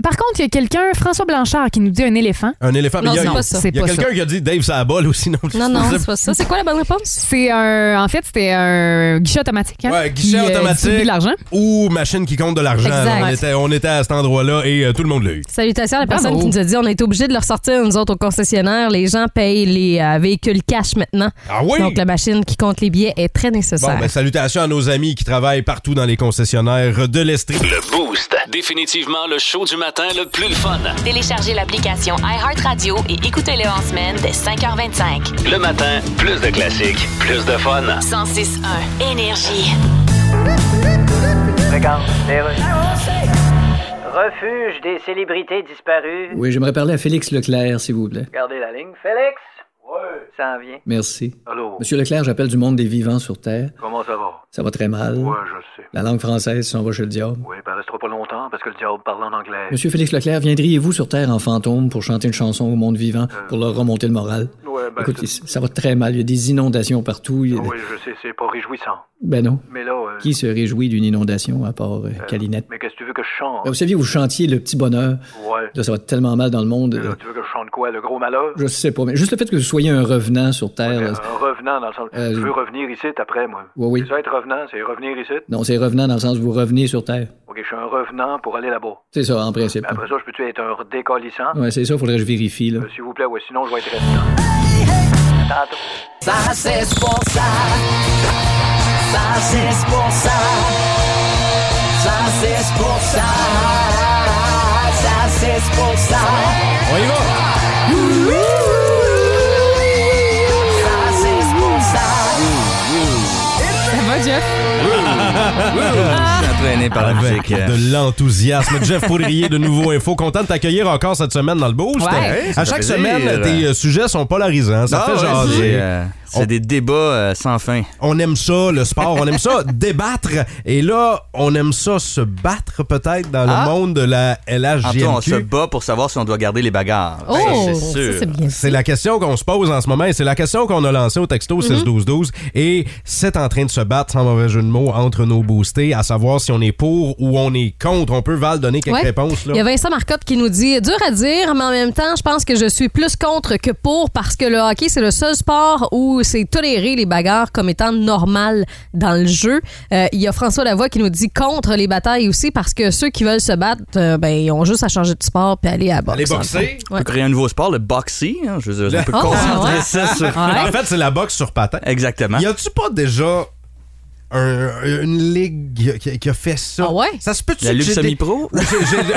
Speaker 6: par contre, il y a quelqu'un, François Blanchard, qui nous dit un éléphant.
Speaker 5: Un éléphant.
Speaker 7: Non,
Speaker 5: mais il y a,
Speaker 7: c'est pas ça.
Speaker 5: il y a quelqu'un qui a dit Dave, ça a bol aussi. Non,
Speaker 7: Non, non, c'est pas ça. C'est quoi la bonne réponse?
Speaker 6: C'est un. En fait, c'était un guichet automatique. Hein,
Speaker 5: Ouais,
Speaker 6: qui,
Speaker 5: guichet
Speaker 6: euh, distribue
Speaker 5: automatique
Speaker 6: de l'argent.
Speaker 5: ou machine qui compte de l'argent.
Speaker 7: Exact.
Speaker 5: On était, on était à cet endroit-là et euh, tout le monde l'a eu.
Speaker 7: Salutations à la personne
Speaker 6: Bravo.
Speaker 7: qui nous a dit on a été obligés de le ressortir, nous autres, au concessionnaire. Les gens payent les euh, véhicules cash maintenant.
Speaker 5: Ah oui?
Speaker 7: Donc, la machine qui compte les billets est très
Speaker 5: Bon,
Speaker 7: nécessaire.
Speaker 5: ben, salutations à nos amis qui travaillent partout dans les concessionnaires de l'Estrie.
Speaker 2: Le Boost. Définitivement le show du matin le plus le fun.
Speaker 1: Téléchargez l'application iHeartRadio et écoutez-le en semaine dès 5h25.
Speaker 2: Le matin, plus de classiques, plus de fun.
Speaker 1: 106.1 Énergie.
Speaker 11: Regarde, les rues. Refuge des célébrités disparues.
Speaker 8: Oui, j'aimerais parler à Félix Leclerc, s'il vous plaît.
Speaker 11: Gardez la ligne. Félix? Ouais. Ça en vient.
Speaker 8: Merci.
Speaker 11: Allô?
Speaker 8: Monsieur Leclerc, j'appelle du monde des vivants sur Terre.
Speaker 11: Comment ça va?
Speaker 8: Ça va très mal.
Speaker 11: je sais.
Speaker 8: La langue française s'en va chez le diable.
Speaker 11: Oui, ben restera pas longtemps parce que le diable parle en anglais.
Speaker 8: Monsieur Félix Leclerc, viendriez-vous sur Terre en fantôme pour chanter une chanson au monde vivant, pour leur remonter le moral?
Speaker 11: Euh. Ouais, ben,
Speaker 8: Écoute,
Speaker 11: c'est-
Speaker 8: ça- ça va très mal. Il y a des inondations partout. Il y a-
Speaker 11: Ah Oui, je sais, c'est pas réjouissant.
Speaker 8: Ben non.
Speaker 11: Mais là, euh,
Speaker 8: Qui se réjouit d'une inondation à part euh, Calinette?
Speaker 11: mais qu'est-ce que tu veux que je chante?
Speaker 8: Ben, Vous saviez, vous chantiez Le Petit Bonheur.
Speaker 11: Ouais.
Speaker 8: Là, ça va tellement mal dans le monde.
Speaker 11: Là, tu veux que je chante quoi? Le gros malheur?
Speaker 8: Je sais pas, mais juste le fait que vous soyez un revenant sur Terre. là,
Speaker 11: En revenant dans le sens.
Speaker 8: Euh,
Speaker 11: je veux revenir ici après, moi.
Speaker 8: Oui, oui.
Speaker 11: C'est ça, être revenant, c'est revenir ici.
Speaker 8: Non, c'est revenant dans le sens où vous revenez sur Terre.
Speaker 11: OK, je suis un revenant pour aller là-bas.
Speaker 8: C'est ça, en principe.
Speaker 11: Mais après ça, je peux-tu être un décollissant?
Speaker 8: Ouais, c'est ça, faudrait que je vérifie, là.
Speaker 11: Euh, S'il vous plaît, ouais, sinon je vais être restant. Tantôt.
Speaker 5: On y va!
Speaker 6: Ça va, Jeff?
Speaker 5: Entraîné par la musique.
Speaker 12: euh.
Speaker 5: De l'enthousiasme. Jeff Poudrier de Nouveau Info. Content de t'accueillir encore cette semaine dans le boost.
Speaker 12: Ouais. Hey, ça
Speaker 5: à
Speaker 12: fait
Speaker 5: chaque
Speaker 12: plaisir.
Speaker 5: semaine, tes euh, sujets sont polarisants.
Speaker 12: Ah
Speaker 5: Ça fait
Speaker 12: ouais,
Speaker 5: jaser.
Speaker 12: c'est, euh, c'est des débats euh, sans fin.
Speaker 5: On aime ça, le sport, on aime ça, débattre. Et là, on aime ça, se battre peut-être dans
Speaker 12: Ah.
Speaker 5: le monde de la LHJMQ.
Speaker 12: Antoine, on se bat pour savoir si on doit garder les bagarres.
Speaker 5: Oh,
Speaker 12: Ça, c'est
Speaker 5: ça,
Speaker 12: sûr.
Speaker 5: c'est C'est la question qu'on se pose en ce moment et c'est la question qu'on a lancée au texto
Speaker 12: Mhm.
Speaker 5: 6-12-12 et c'est en train de se battre, sans mauvais jeu de mots, entre nos boostés, à savoir si on est pour ou on est contre. On peut, Val, donner quelques
Speaker 7: Ouais.
Speaker 5: réponses. Là.
Speaker 7: Il y a Vincent Marcotte qui nous dit dur à dire, mais en même temps, je pense que je suis plus contre que pour parce que le hockey, c'est le seul sport où c'est toléré les bagarres comme étant normal dans le jeu. Euh, il y a François Lavoie qui nous dit contre les batailles aussi parce que ceux qui veulent se battre, euh, ben, ils ont juste à changer de sport puis aller à la boxe.
Speaker 12: Aller boxer. On peut créer un nouveau sport, le boxy. hein. Je veux dire, on peut
Speaker 7: Ah,
Speaker 12: concentrer
Speaker 7: ouais.
Speaker 12: ça sur...
Speaker 5: En fait, c'est la boxe sur patin.
Speaker 12: Exactement.
Speaker 5: Y a-tu pas déjà un- une ligue qui, qui a fait ça? Ça se peut-tu
Speaker 12: La
Speaker 5: que
Speaker 12: lutte
Speaker 5: j'ai des-
Speaker 12: semi-pro?
Speaker 5: Ou j'ai-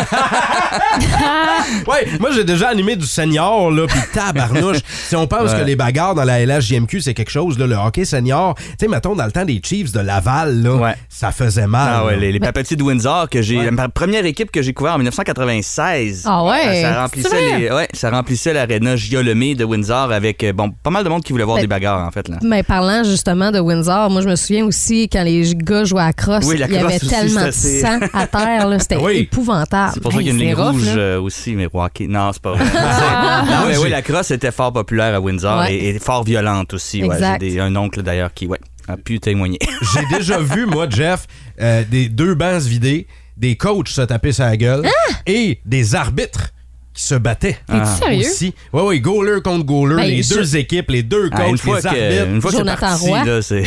Speaker 5: j'ai- ouais, moi j'ai déjà animé du senior là, puis tabarnouche. si on pense
Speaker 12: Ouais.
Speaker 5: que les bagarres dans la LHJMQ c'est quelque chose là, le hockey senior, tu sais mettons dans le temps des Chiefs de Laval là, ça faisait mal.
Speaker 12: Ah ouais,
Speaker 5: là.
Speaker 12: les, les papetiers de Windsor que j'ai la première équipe que j'ai couvert en 1996.
Speaker 7: Ah ouais,
Speaker 12: Ça,
Speaker 7: c'est
Speaker 12: remplissait
Speaker 7: vrai?
Speaker 12: les- ouais, ça remplissait l'aréna Giolomé de Windsor avec euh, bon pas mal de monde qui voulait voir
Speaker 7: Ben-
Speaker 12: des bagarres en fait là.
Speaker 7: Mais parlant justement de Windsor, moi je me souviens aussi quand les gars jouaient à crosse,
Speaker 12: Oui, la
Speaker 7: il y avait
Speaker 12: crosse aussi,
Speaker 7: tellement de
Speaker 12: c'est assez-
Speaker 7: sang à terre, là, c'était
Speaker 12: Oui.
Speaker 7: épouvantable.
Speaker 12: C'est pour ça qu'il y a une
Speaker 7: Hey,
Speaker 12: ligne
Speaker 7: c'est rough,
Speaker 12: rouge
Speaker 7: là.
Speaker 12: euh, aussi, mais rocké. Non, c'est pas vrai.
Speaker 5: Ah,
Speaker 12: non, mais Ah, ben oui, la crosse était fort populaire à Windsor
Speaker 7: Ouais.
Speaker 12: et, et fort violente aussi. ouais.
Speaker 5: Exact.
Speaker 12: J'ai des- un oncle d'ailleurs qui ouais,
Speaker 5: Ah.
Speaker 12: a pu témoigner.
Speaker 5: J'ai déjà vu, moi, Jeff, euh, des deux bancs se vider, des coachs se taper sa gueule et des arbitres qui se battaient.
Speaker 12: T'es-tu Ah. sérieux?
Speaker 5: Aussi. Ouais, ouais, goaler contre goaler,
Speaker 6: Ben,
Speaker 5: les
Speaker 6: je-
Speaker 5: deux équipes, les deux coachs,
Speaker 12: Ah, une fois
Speaker 5: les
Speaker 12: que-
Speaker 5: arbitres.
Speaker 12: une fois que c'est Jonathan parti, Roy. là, c'est-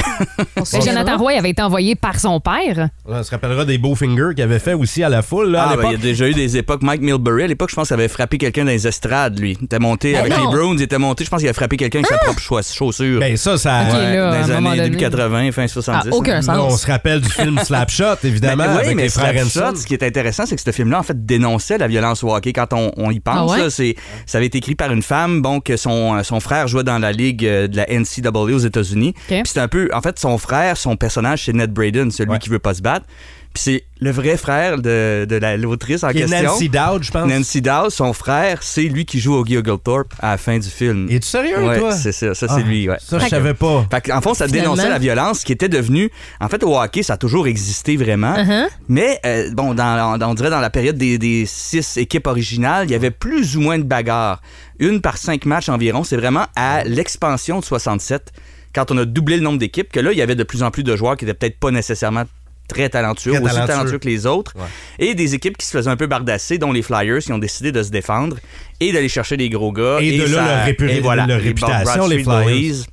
Speaker 6: Mais Jonathan Roy avait été envoyé par son père.
Speaker 5: On se rappellera des beaux fingers qu'il avait fait aussi à la foule. Là, à
Speaker 12: Ah, ben, il
Speaker 5: l'époque.
Speaker 12: y a déjà eu des époques. Mike Milbury, à l'époque, je pense qu'il avait frappé quelqu'un dans les estrades, lui. Il était monté
Speaker 5: Ben
Speaker 12: avec
Speaker 5: non.
Speaker 12: les Browns, il était monté, je pense qu'il a frappé quelqu'un
Speaker 5: Ah!
Speaker 12: avec sa propre choi- chaussure.
Speaker 5: Ben, ça, ça.
Speaker 12: Ouais,
Speaker 5: Ok, là, à un
Speaker 12: dans les
Speaker 5: moment
Speaker 12: années début
Speaker 5: donné.
Speaker 12: 80, fin
Speaker 6: Ah,
Speaker 12: 70. hein.
Speaker 5: Là, On se rappelle du film Slapshot, évidemment,
Speaker 12: Ben oui,
Speaker 5: Ah, avec
Speaker 12: mais
Speaker 5: les frères
Speaker 12: Slapshot,
Speaker 5: Henson.
Speaker 12: ce qui est intéressant, c'est que ce film-là, en fait, dénonçait la violence au hockey. Quand on, on y pense,
Speaker 5: Ah ouais?
Speaker 12: là, c'est- ça avait été écrit par une femme, bon, que son, euh, son frère jouait dans la ligue euh, de la NCAA aux États-Unis. Puis c'est un peu, en fait, son frère, son personnage, c'est Ned Braden, celui qui veut pas se battre. Puis c'est le vrai frère de, de la- l'autrice en
Speaker 5: Qui est
Speaker 12: question.
Speaker 5: Nancy Dowd, je pense.
Speaker 12: Nancy Dowd, son frère, c'est lui qui joue au Guy Oglethorpe à la fin du film.
Speaker 5: Es-tu sérieux,
Speaker 12: Ouais,
Speaker 5: toi?
Speaker 12: c'est ça. Ça,
Speaker 5: Ah,
Speaker 12: c'est lui, ouais.
Speaker 5: ça, je savais pas.
Speaker 12: Fait que, en fond, ça
Speaker 5: Finalement.
Speaker 12: dénonçait la violence qui était devenue. En fait, au hockey, ça a toujours existé vraiment.
Speaker 7: Uh-huh.
Speaker 12: Mais, euh, bon, dans, on dirait dans la période des, des six équipes originales, il y avait plus ou moins de bagarres. Une par cinq matchs environ. C'est vraiment à l'expansion de 67, quand on a doublé le nombre d'équipes, que là, il y avait de plus en plus de joueurs qui n'étaient peut-être pas nécessairement très talentueux,
Speaker 5: Très
Speaker 12: aussi
Speaker 5: talentueux.
Speaker 12: talentueux que les autres, et des équipes qui se faisaient un peu bardasser, dont les Flyers, qui ont décidé de se défendre et d'aller chercher des gros gars.
Speaker 5: Et de là,
Speaker 12: ça-
Speaker 5: leur répu-
Speaker 12: et voilà,
Speaker 5: leur
Speaker 12: les Broad-
Speaker 5: réputation, les
Speaker 12: Broad Street
Speaker 5: Flyers.
Speaker 12: Boys.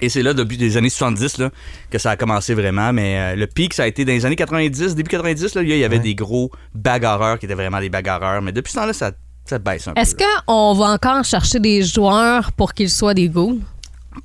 Speaker 12: Et c'est là, depuis les années 70, là, que ça a commencé vraiment. Mais euh, le pic, ça a été dans les années 90, début 90, là, il y avait des gros bagarreurs qui étaient vraiment des bagarreurs. Mais depuis ce temps-là, ça, ça baisse un peu.
Speaker 7: Est-ce qu'on va encore chercher des joueurs pour qu'ils soient des goûts?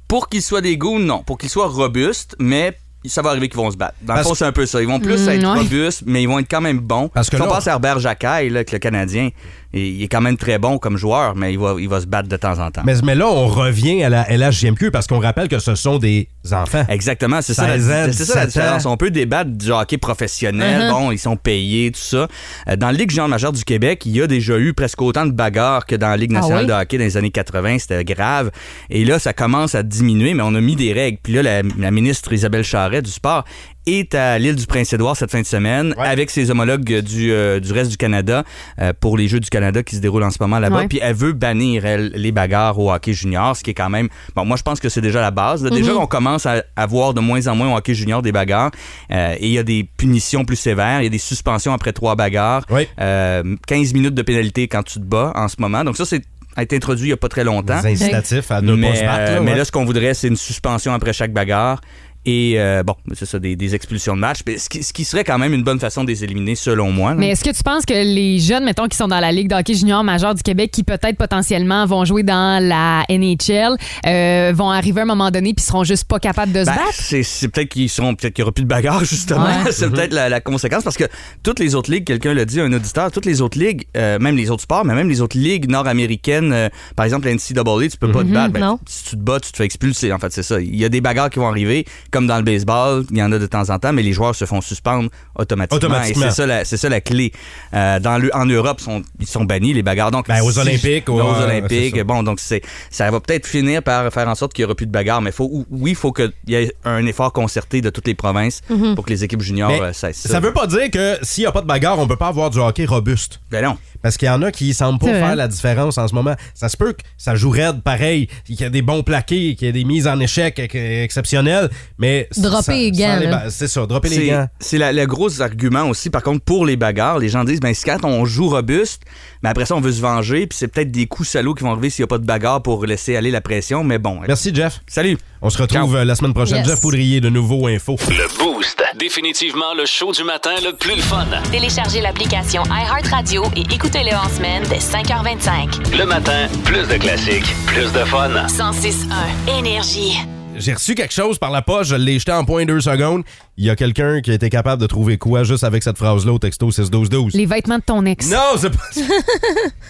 Speaker 12: Pour qu'ils soient des goûts, non. Pour qu'ils soient robustes, mais ça va arriver qu'ils vont se battre. Dans
Speaker 5: Parce-
Speaker 12: le fond, c'est un peu ça. Ils vont plus
Speaker 5: Mm,
Speaker 12: être
Speaker 5: ouais.
Speaker 12: robustes, mais ils vont être quand même bons.
Speaker 5: Parce que
Speaker 12: si on
Speaker 5: là-
Speaker 12: pense à Herbert Jacquet, là, que le Canadien, il, il est quand même très bon comme joueur, mais il va, il va se battre de temps en temps.
Speaker 5: Mais, mais là, on revient à la LHJMQ parce qu'on rappelle que ce sont des enfants.
Speaker 12: Exactement, c'est ça, la,
Speaker 5: 16 ans,
Speaker 12: c'est ça la
Speaker 5: 17 ans.
Speaker 12: différence. On peut débattre du hockey professionnel.
Speaker 5: Mhm.
Speaker 12: Bon, ils sont payés, tout ça. Euh, Dans la Ligue junior majeure du Québec, il y a déjà eu presque autant de bagarres que dans la Ligue
Speaker 5: Ah
Speaker 12: nationale
Speaker 5: oui?
Speaker 12: de hockey dans les années 80. C'était grave. Et là, ça commence à diminuer, mais on a mis des règles. Puis là, la, la ministre Isabelle Charret du sport est à l'île du Prince-Édouard cette fin de semaine avec ses homologues du, euh, du reste du Canada euh, pour les Jeux du Canada qui se déroulent en ce moment là-bas.
Speaker 5: Ouais.
Speaker 12: Puis elle veut bannir, elle, les bagarres au hockey junior, ce qui est quand même... Bon, moi, je pense que c'est déjà la base. là. Déjà
Speaker 5: Mhm.
Speaker 12: qu'on commence à avoir de moins en moins au hockey junior des bagarres. Euh, et il y a des punitions plus sévères. Il y a des suspensions après trois bagarres. Euh, 15 minutes de pénalité quand tu te bats en ce moment. Donc ça, c'est a été introduit il n'y a pas très longtemps.
Speaker 5: Des incitatifs à ne pas
Speaker 12: mais,
Speaker 5: se battre, là,
Speaker 12: euh, mais
Speaker 5: ouais.
Speaker 12: là, ce qu'on voudrait, c'est une suspension après chaque bagarre. Et euh, bon, c'est ça, des, des expulsions de match. Mais Ce qui, ce qui serait quand même une bonne façon de les éliminer, selon moi. là.
Speaker 6: Mais est-ce que tu penses que les jeunes, mettons, qui sont dans la Ligue d'hockey junior majeure du Québec, qui peut-être potentiellement vont jouer dans la NHL, euh, vont arriver à un moment donné puis seront juste pas capables de se
Speaker 12: Ben,
Speaker 6: battre?
Speaker 12: c'est, c'est peut-être qu'ils seront peut-être qu'il n'y aura plus de bagarre justement.
Speaker 6: Ouais.
Speaker 5: Mm-hmm.
Speaker 12: c'est peut-être la, la conséquence parce que toutes les autres ligues, quelqu'un l'a dit, un auditeur, toutes les autres ligues, euh, même les autres sports, mais même les autres ligues nord-américaines, euh, par exemple la NCAA, tu peux pas te
Speaker 6: Mm-hmm.
Speaker 5: Mhm,
Speaker 12: battre. Ben,
Speaker 5: non.
Speaker 12: Si tu te bats, tu te fais expulser. En fait, c'est ça. Il y a des bagarres qui vont arriver, comme dans le baseball, il y en a de temps en temps, mais les joueurs se font suspendre automatiquement.
Speaker 5: Automatiquement.
Speaker 12: Et c'est ça la, c'est ça la clé. Euh, dans le, en Europe, sont, ils sont bannis, les bagarres. Donc,
Speaker 5: Ben, aux
Speaker 12: si-
Speaker 5: Olympiques, ouais,
Speaker 12: aux
Speaker 5: ouais,
Speaker 12: Olympiques.
Speaker 5: c'est ça.
Speaker 12: Bon, donc c'est, ça va peut-être finir par faire en sorte qu'il n'y aura plus de bagarres, mais faut, oui, il faut qu'il y ait un effort concerté de toutes les provinces
Speaker 5: Mhm.
Speaker 12: pour que les équipes juniors
Speaker 5: Mais
Speaker 12: euh, cessent.
Speaker 5: ça veut pas dire que s'il n'y a pas de bagarre, on peut pas avoir du hockey robuste.
Speaker 12: Ben non.
Speaker 5: Parce qu'il y en a qui semblent pas
Speaker 12: C'est vrai.
Speaker 5: faire la différence en ce moment. Ça se peut que ça joue raide pareil, qu'il y a des bons plaqués, qu'il y a des mises en échec ex- exceptionnelles, mais...
Speaker 7: Dropper
Speaker 5: sans-
Speaker 7: les
Speaker 5: sans
Speaker 7: gants, là.
Speaker 5: ba- C'est ça, dropper les
Speaker 12: C'est-
Speaker 5: gants.
Speaker 12: C'est la- le gros argument aussi, par contre, pour les bagarres. Les gens disent, ben, c'est quand on joue robuste, mais après ça, on veut se venger, puis c'est peut-être des coups salauds qui vont arriver s'il n'y a pas de bagarre pour laisser aller la pression, mais bon.
Speaker 5: Merci, Jeff.
Speaker 12: Salut.
Speaker 5: On se retrouve euh, la semaine prochaine.
Speaker 2: Yes.
Speaker 5: Jeff Poudrier, de nouveau Info.
Speaker 2: Boost. Définitivement le show du matin le plus le fun.
Speaker 1: Téléchargez l'application iHeartRadio et écoutez-le en semaine dès 5h25.
Speaker 2: Le matin, plus de classiques, plus de fun.
Speaker 1: 106.1 Énergie.
Speaker 5: J'ai reçu quelque chose par la poche, je l'ai jeté en point deux secondes. Il y a quelqu'un qui a été capable de trouver quoi juste avec cette phrase-là au texto 61212.
Speaker 6: Les vêtements de ton ex.
Speaker 5: Non, c'est pas.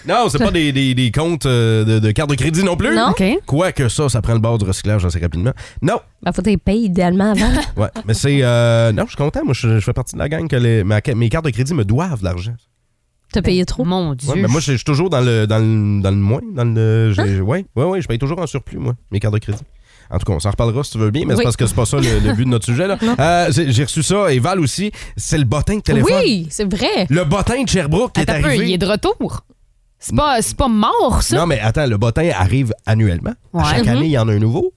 Speaker 5: Non, c'est pas des, des- des comptes euh, de, de carte de crédit non plus.
Speaker 7: Non. OK.
Speaker 5: Quoique ça, ça prend le bord du recyclage assez rapidement. Non.
Speaker 7: Ben, faut que t'aies payé idéalement avant.
Speaker 5: Ouais, mais c'est. euh, non, je suis content. Moi, je, je fais partie de la gang que les- ma- mes cartes de crédit me doivent de l'argent.
Speaker 7: T'as payé trop.
Speaker 6: Mon Dieu.
Speaker 5: Ouais, mais moi, je je suis toujours dans le, dans le, dans le moins. Dans le, j'ai- ouais, ouais, ouais, je paye toujours en surplus, moi, mes cartes de crédit. En tout cas, on s'en reparlera si tu veux bien, mais
Speaker 7: Oui.
Speaker 5: c'est parce que c'est pas ça le, le but de notre sujet. là. Euh, j'ai j'ai reçu ça, et Val aussi. C'est le bottin de téléphone.
Speaker 7: Oui, c'est vrai.
Speaker 5: Le bottin de Sherbrooke qui est
Speaker 6: Attends un peu,
Speaker 5: arrivé.
Speaker 6: il est de retour. C'est pas, c'est pas mort, ça.
Speaker 5: Non, mais attends, le bottin arrive annuellement. À
Speaker 6: Ouais.
Speaker 5: Chaque
Speaker 6: Mhm.
Speaker 5: année, il y en a un nouveau.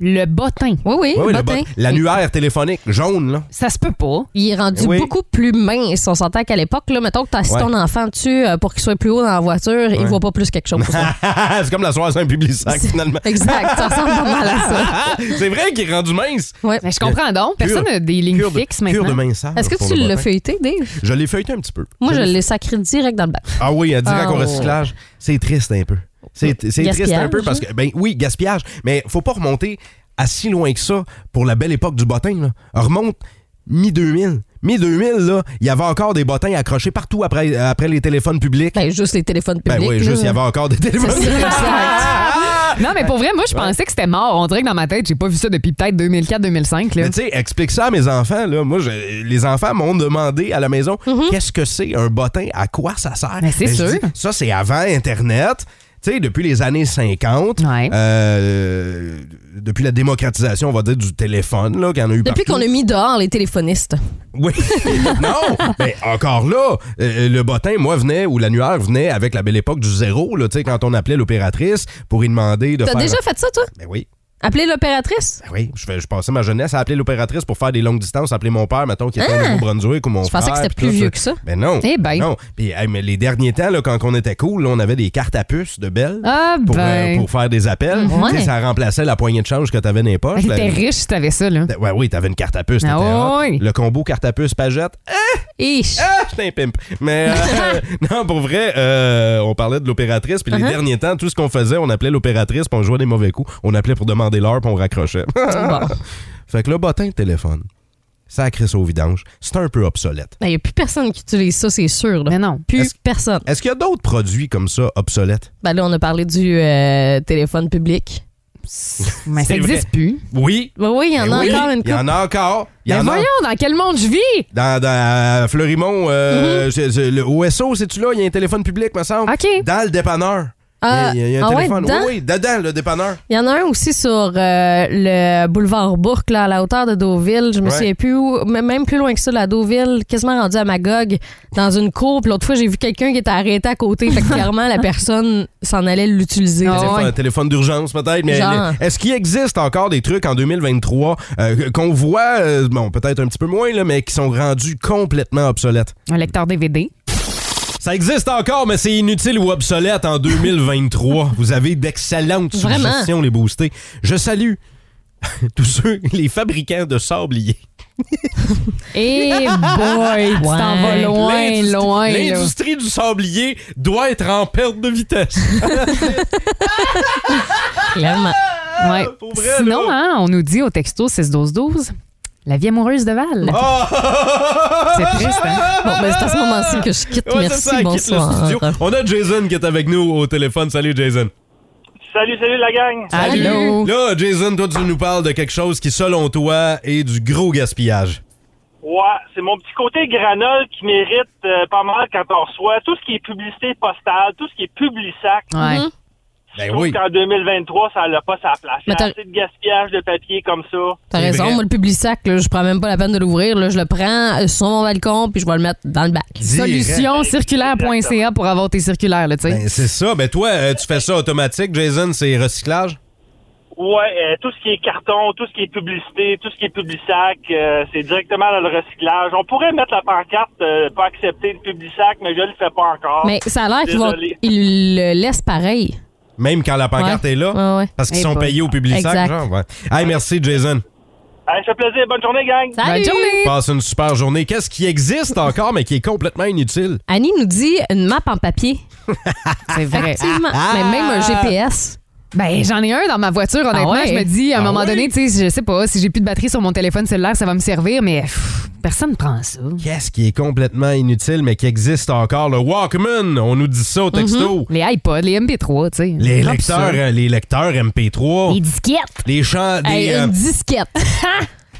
Speaker 6: Le bottin.
Speaker 7: Oui, oui,
Speaker 5: Ouais, ouais, le bot- L'annuaire téléphonique jaune, là.
Speaker 6: Ça se peut pas.
Speaker 7: Il est rendu
Speaker 5: Oui.
Speaker 7: beaucoup plus mince. On s'entend qu'à l'époque, là, mettons que t'as assis
Speaker 5: Ouais.
Speaker 7: ton enfant dessus euh, pour qu'il soit plus haut dans la voiture, il
Speaker 5: Ouais.
Speaker 7: voit pas plus quelque chose.
Speaker 5: c'est comme la soirée saint public sac finalement. Ah,
Speaker 7: exact, ça ressemble pas mal à ça.
Speaker 5: c'est vrai qu'il est rendu mince.
Speaker 6: Mais je comprends donc. Personne
Speaker 5: Cure-
Speaker 6: n'a des lignes
Speaker 5: cure de-
Speaker 6: fixes maintenant.
Speaker 5: Cure de minceur.
Speaker 7: Est-ce que
Speaker 5: pour
Speaker 7: tu
Speaker 5: le
Speaker 7: l'as
Speaker 5: bottin.
Speaker 7: feuilleté, Dave?
Speaker 5: Je l'ai feuilleté un petit peu.
Speaker 7: Moi, je l'ai sacré direct dans le bac.
Speaker 5: Ah oui, à direct
Speaker 7: Oh.
Speaker 5: au recyclage, c'est triste un peu. C'est c'est triste un
Speaker 7: Gaspillage, hein?
Speaker 5: peu parce que, ben oui, gaspillage, mais faut pas remonter à si loin que ça pour la belle époque du bottin. là. Remonte mi-2000. Mi-2000, là, il y avait encore des bottins accrochés partout après, après les téléphones publics.
Speaker 7: Ben, juste les téléphones
Speaker 5: Ben
Speaker 7: publics,
Speaker 5: oui,
Speaker 7: là.
Speaker 5: juste, il y Ah. avait encore des téléphones
Speaker 7: C'est ça,
Speaker 5: publics.
Speaker 6: Non, mais pour vrai, moi, je pensais que c'était mort. On dirait que dans ma tête, j'ai pas vu ça depuis peut-être 2004-2005. là.
Speaker 5: Mais tu sais, explique ça à mes enfants. Là. Moi, je- les enfants m'ont demandé à la maison qu'est-ce que c'est un bottin, à quoi ça sert. Ben,
Speaker 6: Mais c'est
Speaker 5: je
Speaker 6: sûr.
Speaker 5: dis, ça, c'est avant Internet. Tu sais, depuis les années 50, euh, depuis la démocratisation, on va dire, du téléphone, là, qu'il y en a eu
Speaker 7: Depuis
Speaker 5: partout.
Speaker 7: qu'on a mis dehors les téléphonistes.
Speaker 5: Oui. non, mais encore là, euh, le bottin, moi, venait, ou l'annuaire venait avec la belle époque du zéro, là, tu sais, quand on appelait l'opératrice pour y demander de
Speaker 7: T'as
Speaker 5: faire...
Speaker 7: déjà fait ça, toi?
Speaker 5: Ben oui.
Speaker 7: Appeler l'opératrice?
Speaker 5: Ben oui, je, fais- je passais ma jeunesse à appeler l'opératrice pour faire des longues distances, appeler mon père, mettons, qui était
Speaker 7: Ah!
Speaker 5: au Nouveau-Brunswick ou mon
Speaker 7: Je
Speaker 5: frère.
Speaker 7: pensais que c'était
Speaker 5: puis
Speaker 7: plus
Speaker 5: tout
Speaker 7: vieux que ça.
Speaker 5: Ben non.
Speaker 7: Eh ben.
Speaker 5: Non. Puis, hey, mais les derniers temps, là, quand on était cool, là, on avait des cartes à puce de belles
Speaker 6: Ah
Speaker 5: pour,
Speaker 6: ben.
Speaker 5: euh, pour faire des appels.
Speaker 6: Ouais.
Speaker 5: Tu sais, Ça remplaçait la poignée de change que t'avais dans les poches.
Speaker 7: Ah,
Speaker 6: Hey, T'es
Speaker 5: Ben,
Speaker 6: riche si t'avais ça, là.
Speaker 5: ben, ouais, oui, t'avais une carte à puce.
Speaker 6: Ah
Speaker 5: t'étais hot.
Speaker 6: oui.
Speaker 5: Le combo carte à puce pagette. Ah, j'étais un pimp. Mais euh, non, pour vrai, euh, on parlait de l'opératrice. Puis les
Speaker 7: Uh-huh.
Speaker 5: derniers temps, tout ce qu'on faisait, on appelait l'opératrice, puis on jouait des mauvais coups. On appelait pour demander l'heure, puis on raccrochait. Fait que le bottin de téléphone, ça a créé ça au vidange. C'est un peu obsolète.
Speaker 7: Il n'y Ben, a plus personne qui utilise ça, c'est sûr. là.
Speaker 6: Mais non.
Speaker 7: Plus personne.
Speaker 5: Est-ce qu'il y a d'autres produits comme ça obsolètes?
Speaker 7: Ben là, on a parlé du euh, téléphone public.
Speaker 6: Mais ça
Speaker 5: C'est vrai.
Speaker 6: existe plus.
Speaker 5: Oui.
Speaker 7: Ben oui, il y en a
Speaker 5: Oui,
Speaker 7: encore une
Speaker 5: Il y en
Speaker 7: couple.
Speaker 5: a encore. Il y
Speaker 6: Ben
Speaker 5: en a
Speaker 6: voyons, dans quel monde je vis?
Speaker 5: dans, dans- à Fleurimont,
Speaker 7: Mm-hmm.
Speaker 5: euh, c'est- c'est le OSO, c'est-tu là? Il y a un téléphone public, me semble. Dans le dépanneur.
Speaker 7: Ah,
Speaker 5: il y a, il y a un
Speaker 7: ah ouais,
Speaker 5: téléphone.
Speaker 7: dedans?
Speaker 5: Oui, oui, dedans, le dépanneur.
Speaker 7: Il y en a un aussi sur euh, le boulevard Bourque, là, à la hauteur de Deauville. Je
Speaker 5: Ouais.
Speaker 7: me souviens plus où, mais même plus loin que ça, la Deauville, quasiment rendu à Magog, dans une cour. Puis l'autre fois, j'ai vu quelqu'un qui était arrêté à côté. Fait que clairement, la personne s'en allait l'utiliser.
Speaker 5: Téléphone, téléphone d'urgence peut-être, mais
Speaker 7: Ah Genre.
Speaker 5: le- est-ce qu'il existe encore des trucs en 2023 euh, qu'on voit, euh, bon peut-être un petit peu moins, là, mais qui sont rendus complètement obsolètes?
Speaker 6: Un lecteur DVD.
Speaker 5: Ça existe encore, mais c'est inutile ou obsolète en 2023. Vous avez d'excellentes
Speaker 6: Vraiment.
Speaker 5: suggestions, les boostés. Je salue tous ceux, les fabricants de sabliers.
Speaker 6: Eh boy, tu t'en vas loin,
Speaker 5: L'industrie-
Speaker 6: loin. là.
Speaker 5: L'industrie du sablier doit être en perte de vitesse.
Speaker 6: Ouais. Sinon, hein, on nous dit au texto 6-12-12, la vie amoureuse de Val. C'est triste, hein?
Speaker 7: Bon, ben, c'est à ce moment-ci que je quitte.
Speaker 5: Ouais, c'est
Speaker 7: Merci,
Speaker 5: ça, quitte le
Speaker 7: bonsoir.
Speaker 5: studio. On a Jason qui est avec nous au téléphone. Salut, Jason.
Speaker 13: Salut, salut la gang.
Speaker 5: Ah,
Speaker 7: Mmh.
Speaker 5: Là, Jason, toi, tu nous parles de quelque chose qui, selon toi, est du gros gaspillage.
Speaker 13: Ouais, c'est mon petit côté granole qui mérite euh, pas mal quand on reçoit tout ce qui est publicité postale, tout ce qui est publisac.
Speaker 5: Ouais. Mhm.
Speaker 13: Je
Speaker 5: Ben
Speaker 13: trouve
Speaker 5: oui.
Speaker 13: qu'en 2023, ça n'a pas sa place. Il y
Speaker 7: Mais
Speaker 13: a
Speaker 7: t'as-
Speaker 13: assez de gaspillage de papier comme ça.
Speaker 7: T'as raison, moi, le Publisac, là, je prends même pas la peine de l'ouvrir. là. Je le prends euh, sur mon balcon, puis je vais le mettre dans le bac.
Speaker 6: Solutioncirculaire.ca pour avoir tes circulaires, là, tu sais.
Speaker 5: Ben, c'est ça. Ben, toi, euh, tu fais ça automatique, Jason, c'est recyclage?
Speaker 13: Ouais, euh, tout ce qui est carton, tout ce qui est publicité, tout ce qui est publisac, euh, c'est directement dans le recyclage. On pourrait mettre la pancarte euh, pas accepter le publisac, mais je le fais pas encore.
Speaker 7: Mais ça a l'air qu'ils vont.
Speaker 13: Désolé.
Speaker 7: Ils le laissent pareil.
Speaker 5: Même quand la pancarte
Speaker 7: Ouais.
Speaker 5: est là?
Speaker 7: Ouais, ouais.
Speaker 5: Parce qu'ils
Speaker 7: Eh
Speaker 5: sont
Speaker 7: boy.
Speaker 5: payés au public
Speaker 7: Exact.
Speaker 5: genre? Ouais. Hey, merci, Jason.
Speaker 13: Allez, ça fait plaisir. Bonne journée, gang.
Speaker 7: Salut.
Speaker 5: Passe une super journée. Qu'est-ce qui existe encore, mais qui est complètement inutile?
Speaker 7: Annie nous dit une map en papier.
Speaker 6: C'est vrai.
Speaker 7: Effectivement. Mais même un GPS.
Speaker 6: Ben, j'en ai un dans ma voiture, honnêtement.
Speaker 7: Ah ouais?
Speaker 6: Je me dis, à un
Speaker 7: Ah
Speaker 6: moment
Speaker 7: ouais?
Speaker 6: donné, tu sais, je sais pas, si j'ai plus de batterie sur mon téléphone cellulaire, ça va me servir, mais pff, personne prend ça.
Speaker 5: Qu'est-ce qui est complètement inutile, mais qui existe encore? Le Walkman, on nous dit ça au texto.
Speaker 7: Mm-hmm.
Speaker 6: Mhm. Les iPods, les MP3, tu sais.
Speaker 5: Les
Speaker 6: Drop
Speaker 5: lecteurs,
Speaker 6: ça.
Speaker 5: euh, les lecteurs MP3.
Speaker 6: Les disquettes.
Speaker 5: Les chants. Des,
Speaker 6: Hey,
Speaker 5: euh,
Speaker 6: une
Speaker 7: disquette.